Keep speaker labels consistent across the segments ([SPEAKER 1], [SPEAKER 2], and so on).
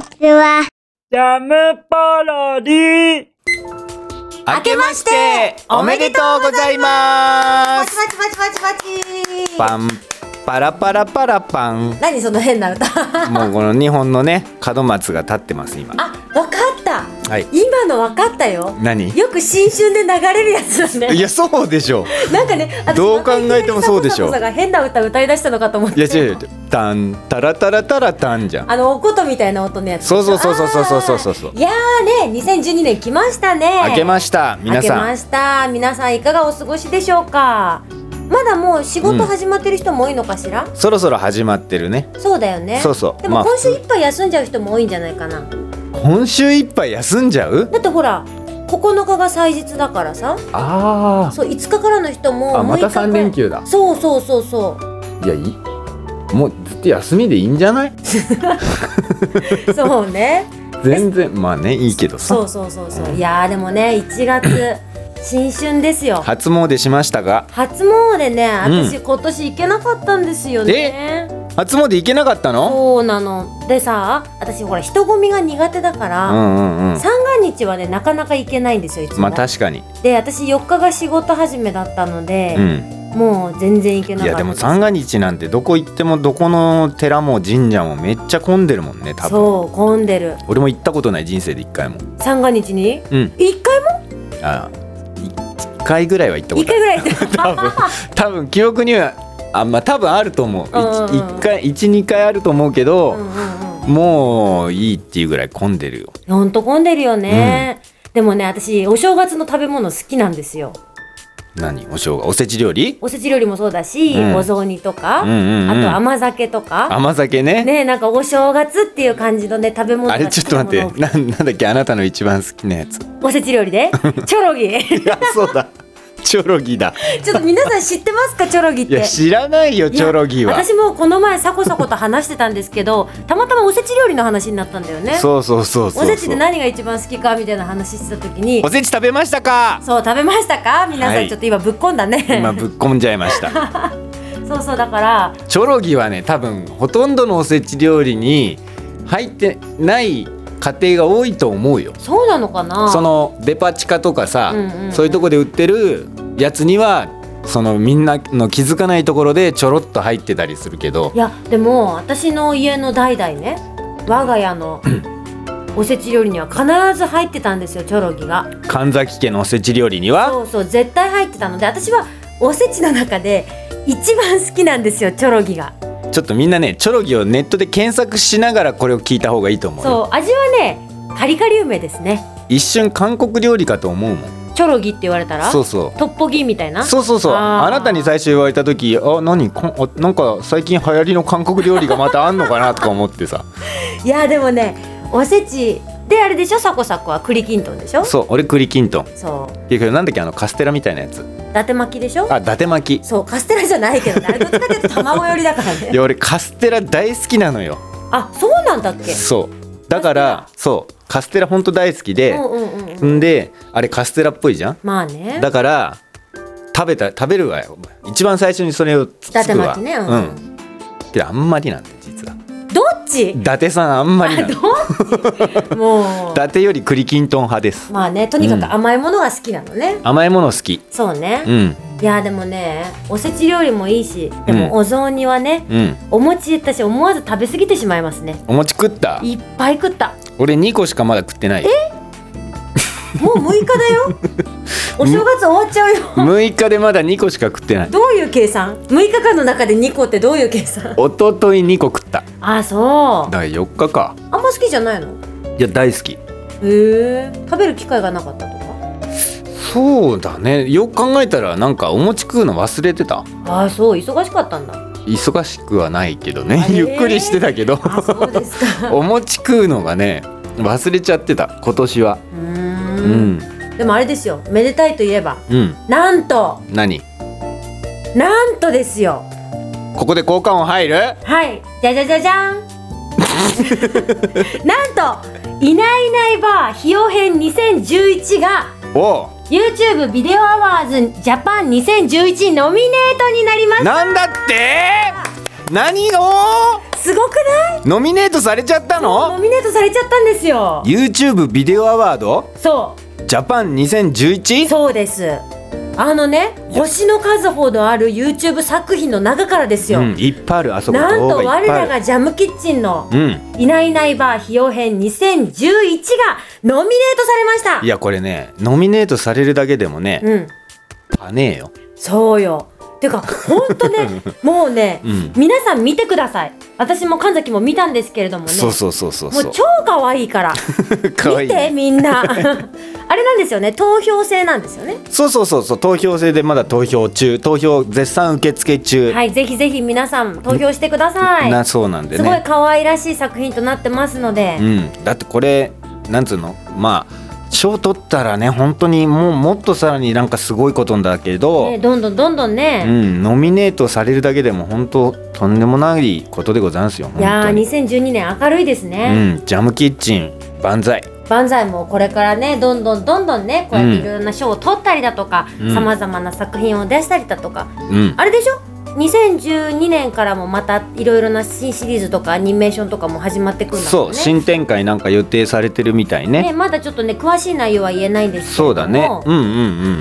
[SPEAKER 1] ちは。
[SPEAKER 2] ジャムパロディ
[SPEAKER 3] 明けましておめでとうござい
[SPEAKER 4] パ
[SPEAKER 3] ま
[SPEAKER 4] チ
[SPEAKER 3] す
[SPEAKER 4] パチパチパチパチ
[SPEAKER 3] パンパラパラパラパン
[SPEAKER 4] 何その変な歌あ、
[SPEAKER 3] もうこの日本のね門松が立ってます今
[SPEAKER 4] わかった
[SPEAKER 3] はい
[SPEAKER 4] 今のわかったよ
[SPEAKER 3] 何
[SPEAKER 4] よく新春で流れるやつだ
[SPEAKER 3] い
[SPEAKER 4] ね
[SPEAKER 3] やそうでしょ
[SPEAKER 4] なんかね私
[SPEAKER 3] どう考えてもそうでしょ
[SPEAKER 4] またいきなりサボサボさんが変な歌歌い出したのかと思っ
[SPEAKER 3] い
[SPEAKER 4] て
[SPEAKER 3] や違う違うタンタラタラタラタンじゃん
[SPEAKER 4] あのおことみたいな音のやつ
[SPEAKER 3] そうそうそうそうそうそうそうそう
[SPEAKER 4] あーいやーね2012年来ましたね
[SPEAKER 3] 明けました皆
[SPEAKER 4] 明け
[SPEAKER 3] さ
[SPEAKER 4] ま
[SPEAKER 3] ん
[SPEAKER 4] した皆さんいかがお過ごしでしょうかまだもう仕事始まってる人も多いのかしら、
[SPEAKER 3] そろそろ始まってるね
[SPEAKER 4] そうだよね
[SPEAKER 3] そうそう
[SPEAKER 4] で
[SPEAKER 3] ま
[SPEAKER 4] も
[SPEAKER 3] あ
[SPEAKER 4] 今週いっぱい休んじゃう人も多いんじゃないかな、
[SPEAKER 3] 今週いっぱい休んじゃう
[SPEAKER 4] だってほら9日が祭日だからさ
[SPEAKER 3] あ
[SPEAKER 4] そう5日からの人も
[SPEAKER 3] あま
[SPEAKER 4] 6
[SPEAKER 3] た
[SPEAKER 4] 日から
[SPEAKER 3] 3連休だ
[SPEAKER 4] そうそうそうそ
[SPEAKER 3] いやいもうずっと休みでいいんじゃないう
[SPEAKER 4] そうね
[SPEAKER 3] 全然まあねいいけど
[SPEAKER 4] そ
[SPEAKER 3] さ
[SPEAKER 4] うそうそうそういやーでもね1月新春ですよ
[SPEAKER 3] 初詣しましたが
[SPEAKER 4] 初詣ね
[SPEAKER 3] うん
[SPEAKER 4] 私今年行けなかったんですよね、
[SPEAKER 3] 初詣行けなかったの
[SPEAKER 4] そうなのでさ私ほら人混みが苦手だか
[SPEAKER 3] う
[SPEAKER 4] ら、
[SPEAKER 3] んうんうん
[SPEAKER 4] 三が日はねなかなか行けないんですよいつも、
[SPEAKER 3] まあ確かに
[SPEAKER 4] で私4日が仕事始めだったので
[SPEAKER 3] う、ん
[SPEAKER 4] もう全然行けないかった
[SPEAKER 3] やでも三が日なんてどこ行ってもどこの寺も神社もめっちゃ混んでるもんね多分
[SPEAKER 4] そう混んでる
[SPEAKER 3] 俺も行ったことない人生で一回も
[SPEAKER 4] 三が日に
[SPEAKER 3] うん
[SPEAKER 4] 一回も
[SPEAKER 3] あ1回ぐらいは行ったこ
[SPEAKER 4] 一
[SPEAKER 3] とあ
[SPEAKER 4] 回
[SPEAKER 3] る
[SPEAKER 4] ぐらい行って
[SPEAKER 3] 多分多分記憶にはあまあ多分あると思う
[SPEAKER 4] うんうん
[SPEAKER 3] 1回12回あると思うけ
[SPEAKER 4] う
[SPEAKER 3] ど、
[SPEAKER 4] んうんうん
[SPEAKER 3] もういいっていうぐらい混んでるよ
[SPEAKER 4] ほんと混んでるよね、でもね私お正月の食べ物好きなんですよ
[SPEAKER 3] 何お正月おせち料理
[SPEAKER 4] おせち料理もそうだし、
[SPEAKER 3] うん
[SPEAKER 4] お雑煮とか、
[SPEAKER 3] うんうんうん
[SPEAKER 4] あと甘酒とか
[SPEAKER 3] 甘酒ね
[SPEAKER 4] ねなんかお正月っていう感じのね食べ物が
[SPEAKER 3] あれちょっと待っ
[SPEAKER 4] 好き
[SPEAKER 3] て
[SPEAKER 4] な
[SPEAKER 3] な なんだっけあなたの一番好きなやつ
[SPEAKER 4] も
[SPEAKER 3] い
[SPEAKER 4] のおせち料理 でチョロギち
[SPEAKER 3] やそうだ チョロギだ
[SPEAKER 4] ょっと皆さん知ってますかチョロギっ
[SPEAKER 3] いや
[SPEAKER 4] て
[SPEAKER 3] 知らないよチョロギ
[SPEAKER 4] い
[SPEAKER 3] は
[SPEAKER 4] や私もこの前サコサコと話してたんですけどたまたまおせち料理の話になったんだよね
[SPEAKER 3] そうそうそうそうそう
[SPEAKER 4] おせちで何が一番好きかみたいな話してた時に
[SPEAKER 3] おせち食べまし たか
[SPEAKER 4] そう食べましたか皆さ
[SPEAKER 3] は
[SPEAKER 4] ん
[SPEAKER 3] い
[SPEAKER 4] ちょっと今ぶっこんだね、
[SPEAKER 3] 今ぶっこんじゃいました
[SPEAKER 4] そうそうだから
[SPEAKER 3] チョロギはね多分ほとんどのおせち料理に入ってない家庭が多いと思うよ
[SPEAKER 4] そうなのかな
[SPEAKER 3] そのデパ地下とかさ、
[SPEAKER 4] うんうんうん
[SPEAKER 3] そういうとこで売ってるやつにはそのみんなの気づかないところでちょろっと入ってたりするけど
[SPEAKER 4] いやでも私の家の代々ね我が家 のおせち料理には必ず入ってたんですよチョロギが
[SPEAKER 3] 神崎家のおせち料理には
[SPEAKER 4] そうそう絶対入ってたので私はおせちの中で一番好きなんですよチョロギが
[SPEAKER 3] ちょっとみんなねチョロギをネットで検索しながらこれを聞いた方がいいと思うよ
[SPEAKER 4] そう味はねカリカリ梅ですね
[SPEAKER 3] 一瞬韓国料理かと思うもん
[SPEAKER 4] チョロギって言われたら
[SPEAKER 3] そうそ
[SPEAKER 4] トッポギみたいな
[SPEAKER 3] うそうそうそう
[SPEAKER 4] あ
[SPEAKER 3] あ
[SPEAKER 4] ー
[SPEAKER 3] なたに最初言われた時あ何かあなんか最近流行りの韓国料理がまたあんのかなとか思ってさ
[SPEAKER 4] いやでもねおせちであれでしょサコサコは栗きんとんでしょそ
[SPEAKER 3] そう俺栗きんとん
[SPEAKER 4] う
[SPEAKER 3] けどなんだっけあのカステラみたいなやつ
[SPEAKER 4] 伊達巻きでしょ
[SPEAKER 3] あ伊達巻き
[SPEAKER 4] そうカステラじゃないけどねあれどっちかっていうと卵寄りだから
[SPEAKER 3] い
[SPEAKER 4] ね
[SPEAKER 3] や俺カステラ大好きなのよ
[SPEAKER 4] あそうなんだっけ
[SPEAKER 3] そうだからそうカステラほんと大好き
[SPEAKER 4] う
[SPEAKER 3] で
[SPEAKER 4] んうんうんうん
[SPEAKER 3] んであれカステラっぽいじゃん
[SPEAKER 4] まあね
[SPEAKER 3] だから食べた食べるわよお前一番最初にそれをつ
[SPEAKER 4] 伊達
[SPEAKER 3] つくわ
[SPEAKER 4] 巻きねう
[SPEAKER 3] うんん、けどあんまりなんだよ実は
[SPEAKER 4] どっち
[SPEAKER 3] 伊達さんあんまりなの伊
[SPEAKER 4] もう
[SPEAKER 3] 達より栗きんとん派です
[SPEAKER 4] まあねとにかく甘いものが好きなのね、
[SPEAKER 3] 甘いもの好き
[SPEAKER 4] そうね、
[SPEAKER 3] うん
[SPEAKER 4] いやでもねおせち料理もいいしで
[SPEAKER 3] うん
[SPEAKER 4] もお雑煮はね、
[SPEAKER 3] うん
[SPEAKER 4] お餅私思わず食べ過ぎてしまいますね
[SPEAKER 3] お餅食った
[SPEAKER 4] いっぱい食った
[SPEAKER 3] 俺2個しかまだ食ってない
[SPEAKER 4] もう6日だ よお正月終わっちゃうよ
[SPEAKER 3] 6日でまだ2個しか食ってない
[SPEAKER 4] どういう計算 ?6 日間の中で2個ってどういう計算
[SPEAKER 3] 一昨日2個食った
[SPEAKER 4] あそう
[SPEAKER 3] だから4日か
[SPEAKER 4] あんま好きじゃないの
[SPEAKER 3] いや大好き
[SPEAKER 4] へえ食べる機会がなかったとか
[SPEAKER 3] そうだねよく考えたらなんかお餅食うの忘れてた
[SPEAKER 4] あそう忙しかったんだ
[SPEAKER 3] 忙しくはないけどね
[SPEAKER 4] あれ
[SPEAKER 3] ゆっくりしてたけど
[SPEAKER 4] あそうですか
[SPEAKER 3] お餅食うのがね忘れちゃってた今年は
[SPEAKER 4] うー
[SPEAKER 3] うんん
[SPEAKER 4] でもあれですよめでたいといえば
[SPEAKER 3] うん
[SPEAKER 4] なんと
[SPEAKER 3] 何
[SPEAKER 4] なんとですよ
[SPEAKER 3] ここで交換音入る
[SPEAKER 4] はいじゃじゃじゃじゃ んなんと「いないいないばー費用編2011」が
[SPEAKER 3] お
[SPEAKER 4] YouTube ビデオアワーズジャパン2011ノミネートになりま
[SPEAKER 3] う
[SPEAKER 4] し
[SPEAKER 3] なんだって何を
[SPEAKER 4] たすごくない
[SPEAKER 3] ノミネートされちゃった
[SPEAKER 4] ノ
[SPEAKER 3] の
[SPEAKER 4] ミネートされちゃったんですよ
[SPEAKER 3] YouTube ビデオアワード
[SPEAKER 4] そ
[SPEAKER 3] ジャパン
[SPEAKER 4] う
[SPEAKER 3] 2011?
[SPEAKER 4] そうですあのね星の数ほどある YouTube 作品の中からですよ、
[SPEAKER 3] うん、いっぱいあるあそこ
[SPEAKER 4] なん
[SPEAKER 3] 動
[SPEAKER 4] と
[SPEAKER 3] 画い
[SPEAKER 4] 我
[SPEAKER 3] っぱい
[SPEAKER 4] ら
[SPEAKER 3] ある
[SPEAKER 4] がジャムキッチンの
[SPEAKER 3] うん
[SPEAKER 4] 「いないいないばー費用編2011」がノミネートされました
[SPEAKER 3] いやこれねノミネートされるだけでもね、
[SPEAKER 4] うん
[SPEAKER 3] パネーよ
[SPEAKER 4] そうよてかほんと ねもうね、
[SPEAKER 3] うん
[SPEAKER 4] 皆さん見てください私も神崎も見たんですけれどもね
[SPEAKER 3] そうそうそうそう
[SPEAKER 4] も
[SPEAKER 3] そう
[SPEAKER 4] 超可愛いから
[SPEAKER 3] う 可愛
[SPEAKER 4] 見て
[SPEAKER 3] い
[SPEAKER 4] みん なあれなんですよね投票制なんですよね
[SPEAKER 3] そうそうそうそう投票制でまだ投票中投票絶賛受付中、
[SPEAKER 4] はいぜひぜひ皆さん投票してください、
[SPEAKER 3] なそうなんです
[SPEAKER 4] ごい
[SPEAKER 3] ね
[SPEAKER 4] 可愛らしい作品となってますので、
[SPEAKER 3] うんだってこれなんつうのまあ賞取ったらね本当にもうもっとさらになんかすごいことんだけど、
[SPEAKER 4] ね、どんどんどんどんね、
[SPEAKER 3] うん、ノミネートされるだけでも本当とんでもないことでございますよ。
[SPEAKER 4] いや
[SPEAKER 3] 本当
[SPEAKER 4] ー
[SPEAKER 3] に
[SPEAKER 4] 2012年明るいです
[SPEAKER 3] う
[SPEAKER 4] ね、
[SPEAKER 3] ん、ジャムキッチン万歳。
[SPEAKER 4] 万歳もこれからねどんどんどんどんねこうやっていろんな賞を取ったりだとか
[SPEAKER 3] うん
[SPEAKER 4] さまざまな作品を出したりだとか、
[SPEAKER 3] うん、
[SPEAKER 4] あれでしょ2012年からもまたいろいろな新シリーズとかアニメーションとかも始まってくるんだも
[SPEAKER 3] そ
[SPEAKER 4] ん
[SPEAKER 3] う、
[SPEAKER 4] ね
[SPEAKER 3] 新展開なんか予定されてるみたいね。
[SPEAKER 4] ねまだちょっとね詳しい内容は言えないんですけれ
[SPEAKER 3] そう
[SPEAKER 4] ども
[SPEAKER 3] だね。うんうん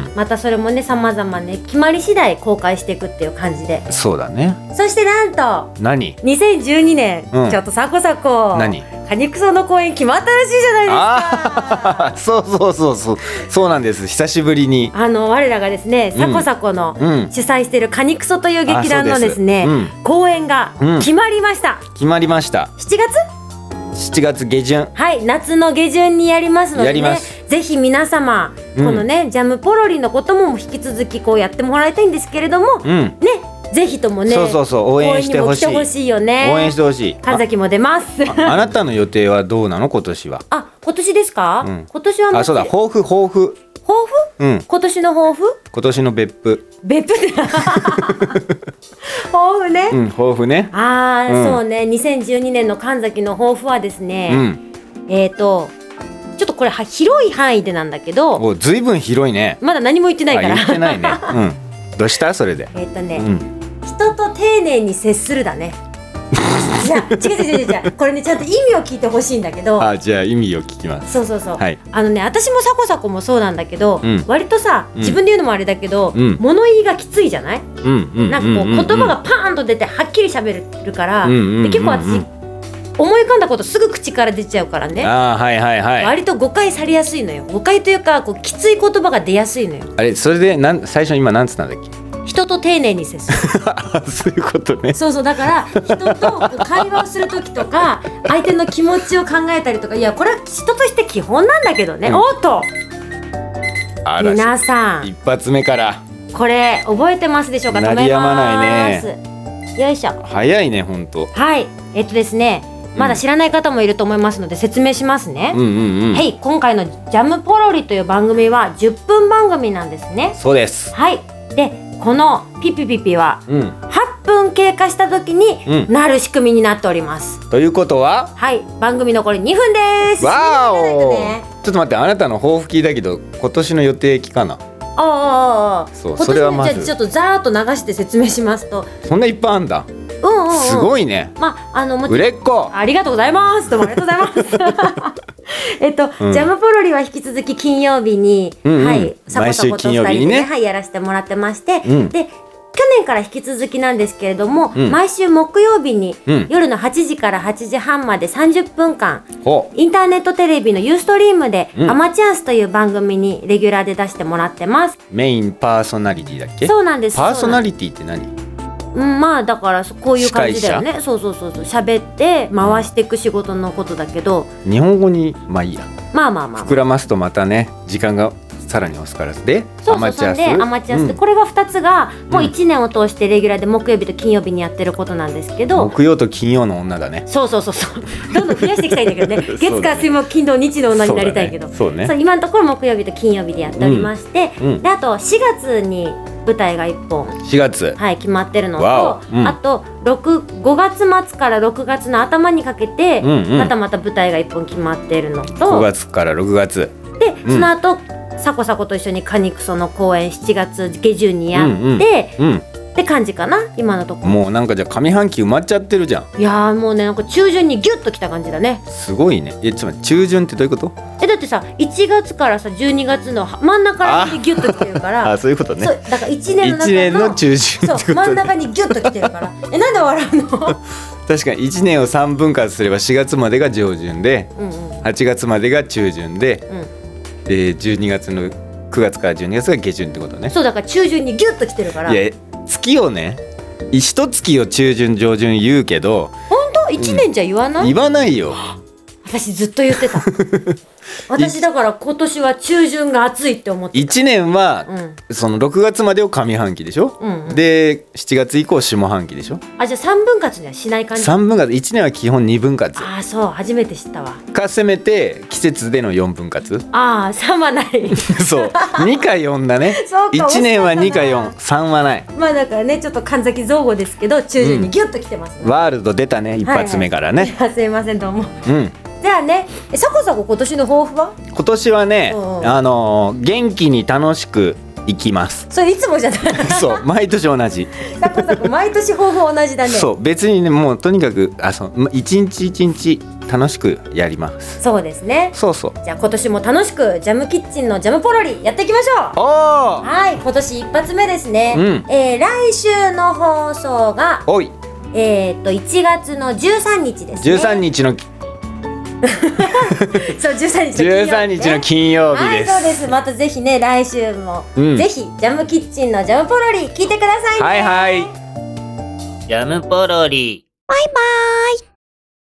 [SPEAKER 3] うん。
[SPEAKER 4] またそれもねさまざまね決まり次第公開していくっていう感じで
[SPEAKER 3] そうだね。
[SPEAKER 4] そしてなんと
[SPEAKER 3] 何？
[SPEAKER 4] 2012年、
[SPEAKER 3] うん
[SPEAKER 4] ちょっとサコサコ
[SPEAKER 3] 何
[SPEAKER 4] カニクソの公演決まったらしいじゃないですか
[SPEAKER 3] あ、そうそうそうそう。そうなんです。久しぶりに。
[SPEAKER 4] あの我らがですね
[SPEAKER 3] うん
[SPEAKER 4] サコサコの
[SPEAKER 3] うん
[SPEAKER 4] 主催しているカニクソという劇団のですね、
[SPEAKER 3] あそうです
[SPEAKER 4] 公演が決まりました、
[SPEAKER 3] 決まりました。
[SPEAKER 4] 7月
[SPEAKER 3] 7月下旬。
[SPEAKER 4] はい夏の下旬にやりますの
[SPEAKER 3] や
[SPEAKER 4] で
[SPEAKER 3] りま
[SPEAKER 4] ね
[SPEAKER 3] す
[SPEAKER 4] ぜひ皆様、
[SPEAKER 3] うん
[SPEAKER 4] このねジャムポロリのことも引き続きこうやってもらいたいんですけれども、ね
[SPEAKER 3] うん。
[SPEAKER 4] ぜひともね
[SPEAKER 3] そうそうそう応援してほしい
[SPEAKER 4] 公演にも来てほしいよね
[SPEAKER 3] 応援してほしい。
[SPEAKER 4] 神崎も出ます
[SPEAKER 3] ああなたの予定はどうなの今年は？
[SPEAKER 4] あ今年ですか、
[SPEAKER 3] うん
[SPEAKER 4] 今年はも
[SPEAKER 3] あ、そうだ。
[SPEAKER 4] 抱
[SPEAKER 3] 抱負抱負。
[SPEAKER 4] 負
[SPEAKER 3] うん。
[SPEAKER 4] 今年の抱負
[SPEAKER 3] 今年の別府。
[SPEAKER 4] 別府で 抱負ね、
[SPEAKER 3] うん、抱負ね。
[SPEAKER 4] ああ、
[SPEAKER 3] うん
[SPEAKER 4] そうね2012年の神崎の抱負はです
[SPEAKER 3] う
[SPEAKER 4] ね、
[SPEAKER 3] ん。
[SPEAKER 4] えっ、とちょっとこれは広い範囲でなんだけど
[SPEAKER 3] おずいぶん広いね
[SPEAKER 4] まだ何も言ってないから
[SPEAKER 3] あ言ってないねうんどうしたそれで、
[SPEAKER 4] えっとね、
[SPEAKER 3] うん、
[SPEAKER 4] 人と丁寧に接するだ ねいや違う違う違う違うこれねちゃんと意味を聞いてほしいんだけど
[SPEAKER 3] あじゃあ意味を聞きます
[SPEAKER 4] そうそうそう、
[SPEAKER 3] はい
[SPEAKER 4] あのね私もサコサコもそうなんだけど、
[SPEAKER 3] うん
[SPEAKER 4] 割とさ
[SPEAKER 3] うん
[SPEAKER 4] 自分で言うのもあれだけど、
[SPEAKER 3] うん
[SPEAKER 4] 物言いがきついじゃない、
[SPEAKER 3] うんうん
[SPEAKER 4] なんかこう言葉がパーンと出てはっきり喋るから、
[SPEAKER 3] うんうんうん
[SPEAKER 4] で結構私、
[SPEAKER 3] うん
[SPEAKER 4] 思い浮かんだことすぐ口から出ちゃうからね、
[SPEAKER 3] ああはいはいはい
[SPEAKER 4] 割と誤解されやすいのよ誤解というかこうきつい言葉が出やすいのよ
[SPEAKER 3] あれそれでなん最初今なんつったんだっけ
[SPEAKER 4] 人と丁寧に接す る
[SPEAKER 3] あそういうことね
[SPEAKER 4] そうそうだから人と会話をする時とか相手の気持ちを考えたりとかいやこれは人として基本なんだけどね、
[SPEAKER 3] うん
[SPEAKER 4] おっと
[SPEAKER 3] あら
[SPEAKER 4] 皆さん
[SPEAKER 3] 一発目から
[SPEAKER 4] これ覚えてますでしょうか止めます
[SPEAKER 3] 鳴り止まない
[SPEAKER 4] ねよいしょ
[SPEAKER 3] 早いねほんと
[SPEAKER 4] はいえっとですね
[SPEAKER 3] うん
[SPEAKER 4] まだ知らない方もいると思いますので説明しますね、
[SPEAKER 3] うんうんうん、
[SPEAKER 4] はい今回の「ジャムポロリ」という番組は10分番組なんですね
[SPEAKER 3] そうです
[SPEAKER 4] はいでこのピピピピは
[SPEAKER 3] うん
[SPEAKER 4] 8分経過した時に
[SPEAKER 3] うん
[SPEAKER 4] なる仕組みになっております、
[SPEAKER 3] ということは
[SPEAKER 4] はい番組残り2分です
[SPEAKER 3] わー
[SPEAKER 4] 進んでいただい
[SPEAKER 3] お
[SPEAKER 4] てね
[SPEAKER 3] ちょっと待ってあなたの抱負聞いたけど今年の予定期かな
[SPEAKER 4] おーおーおーおー
[SPEAKER 3] そう
[SPEAKER 4] 今年
[SPEAKER 3] それはまず
[SPEAKER 4] じゃあちょっとざーっと流して説明しますと
[SPEAKER 3] そんないっぱいあんだ
[SPEAKER 4] うんうん、うん、
[SPEAKER 3] すごいね
[SPEAKER 4] まああのもちろん
[SPEAKER 3] 売れっ子
[SPEAKER 4] ありがとうございます。どうもありがとうござい ます。えっと、
[SPEAKER 3] うん
[SPEAKER 4] ジャムポロリは引き続き金曜日に、
[SPEAKER 3] うんうん
[SPEAKER 4] はい、サコサコと二
[SPEAKER 3] 毎週金曜日
[SPEAKER 4] 人で
[SPEAKER 3] に
[SPEAKER 4] ね、
[SPEAKER 3] ね
[SPEAKER 4] はい、やらせてもらってまして、
[SPEAKER 3] うん
[SPEAKER 4] で、去年から引き続きなんですけれども、
[SPEAKER 3] うん
[SPEAKER 4] 毎週木曜日に、
[SPEAKER 3] うん
[SPEAKER 4] 夜の8時から8時半まで30分間、
[SPEAKER 3] ほ
[SPEAKER 4] インターネットテレビのユーストリームで、
[SPEAKER 3] うん
[SPEAKER 4] アマチュアンスという番組にレギュラーで出してもらってます。
[SPEAKER 3] うメインパーソナリティだっけ
[SPEAKER 4] そうなんです。
[SPEAKER 3] パーソナ
[SPEAKER 4] リ
[SPEAKER 3] リティって何
[SPEAKER 4] うん、まあだからそこういう感じだよね。そうそうそうそう。喋って回していく仕事のことだけど、
[SPEAKER 3] 日本語にまあいいや
[SPEAKER 4] まあまあまあまあ
[SPEAKER 3] 膨らますとまたね時間がさらに押すからで
[SPEAKER 4] そうそうそうでアマチュアスで、
[SPEAKER 3] うん
[SPEAKER 4] これが2つがもう
[SPEAKER 3] うん
[SPEAKER 4] 1年を通してレギュラーで木曜日と金曜日にやってることなんですけど、
[SPEAKER 3] 木曜と金曜の女だね
[SPEAKER 4] そうそうそう そうどんどん増やしていきたいんだけどね
[SPEAKER 3] そうだね
[SPEAKER 4] 月火水木金土日の女になりたいけどそう、
[SPEAKER 3] そうだねそうね
[SPEAKER 4] 今のところ木曜日と金曜日でやっておりまして、
[SPEAKER 3] うんうん
[SPEAKER 4] であと4月に舞台が1本。
[SPEAKER 3] 4月
[SPEAKER 4] はい、決まってるのと
[SPEAKER 3] わ、おうん
[SPEAKER 4] あと6 5月末から6月の頭にかけて、
[SPEAKER 3] うんうん
[SPEAKER 4] またまた舞台が1本決まってるの
[SPEAKER 3] 5
[SPEAKER 4] と
[SPEAKER 3] 月から6月
[SPEAKER 4] で、
[SPEAKER 3] うん
[SPEAKER 4] その後サコサコと一緒にカニクソの公演7月下旬にやって、
[SPEAKER 3] うん
[SPEAKER 4] って感じかな今のとこ
[SPEAKER 3] もうなんかじゃあ上半期埋まっちゃってるじゃん
[SPEAKER 4] いやーもうねなんか中旬にギュッときた感じだね
[SPEAKER 3] すごいねえちょっと待って中旬ってどういうこと
[SPEAKER 4] えだってさ1月からさ12月の真ん中ら辺にギュッときてるか
[SPEAKER 3] あ
[SPEAKER 4] ら
[SPEAKER 3] そういうことね
[SPEAKER 4] そうだから1年の中の
[SPEAKER 3] 1年の中旬ってこと
[SPEAKER 4] そう
[SPEAKER 3] ね
[SPEAKER 4] 真ん中にギュッときてるから えなんで笑うの
[SPEAKER 3] 確かに1年を3分割すれば4月までが上旬で
[SPEAKER 4] うんうん
[SPEAKER 3] 8月までが中旬で、
[SPEAKER 4] うん
[SPEAKER 3] えー、12月の9月から12月が下旬ってことね
[SPEAKER 4] そうだから中旬にギュッときてるから
[SPEAKER 3] いや月をね一月を中旬上旬言うけど
[SPEAKER 4] 本当1年じゃ言わない、
[SPEAKER 3] 言わないよ
[SPEAKER 4] 私ずっと言ってた私だから今年は中旬が暑いって思って
[SPEAKER 3] 1年は、
[SPEAKER 4] うん
[SPEAKER 3] その6月までを上半期でしょ、
[SPEAKER 4] うんうん
[SPEAKER 3] で7月以降下半期でしょ
[SPEAKER 4] あじゃあ3分割にはしない感じあ
[SPEAKER 3] 3分割1年は基本2分割
[SPEAKER 4] あーそう初めて知ったわ
[SPEAKER 3] かせめて季節での4分 割
[SPEAKER 4] ああ3はない
[SPEAKER 3] そう2か4だね
[SPEAKER 4] そうか
[SPEAKER 3] 1年は2か
[SPEAKER 4] 惜しかっ
[SPEAKER 3] 43はない
[SPEAKER 4] まあだからねちょっと神崎造語ですけど中旬にギュッときてますね、
[SPEAKER 3] ワールド出たね一発目から
[SPEAKER 4] い
[SPEAKER 3] ね、
[SPEAKER 4] やすいませんどうも
[SPEAKER 3] うん
[SPEAKER 4] じゃあねえそこそこ今年の抱負は
[SPEAKER 3] 今年はね、
[SPEAKER 4] うんうん
[SPEAKER 3] あのー元気に楽しくいきます
[SPEAKER 4] それいつもじゃない
[SPEAKER 3] そう毎年同じ、
[SPEAKER 4] そこそこ毎年抱負同じだね
[SPEAKER 3] そう別にねもうとにかくあそうま一日一日楽しくやります
[SPEAKER 4] そうですね
[SPEAKER 3] そうそう
[SPEAKER 4] じゃあ今年も楽しくジャムキッチンのジャムポロリやっていきましょう
[SPEAKER 3] おー
[SPEAKER 4] はい今年一発目ですね、
[SPEAKER 3] うん
[SPEAKER 4] えー来週の放送が
[SPEAKER 3] おい
[SPEAKER 4] えーっと1月の13日ですね
[SPEAKER 3] 13日の
[SPEAKER 4] そう13日の金曜日、ね、
[SPEAKER 3] 13日の金曜日です,、
[SPEAKER 4] はいそうですまたぜひね来週も、
[SPEAKER 3] うん
[SPEAKER 4] ぜひジャムキッチンのジャムポロリ聞いてくださいね
[SPEAKER 3] はいはい
[SPEAKER 2] ジャムポロリ。
[SPEAKER 4] バイバイ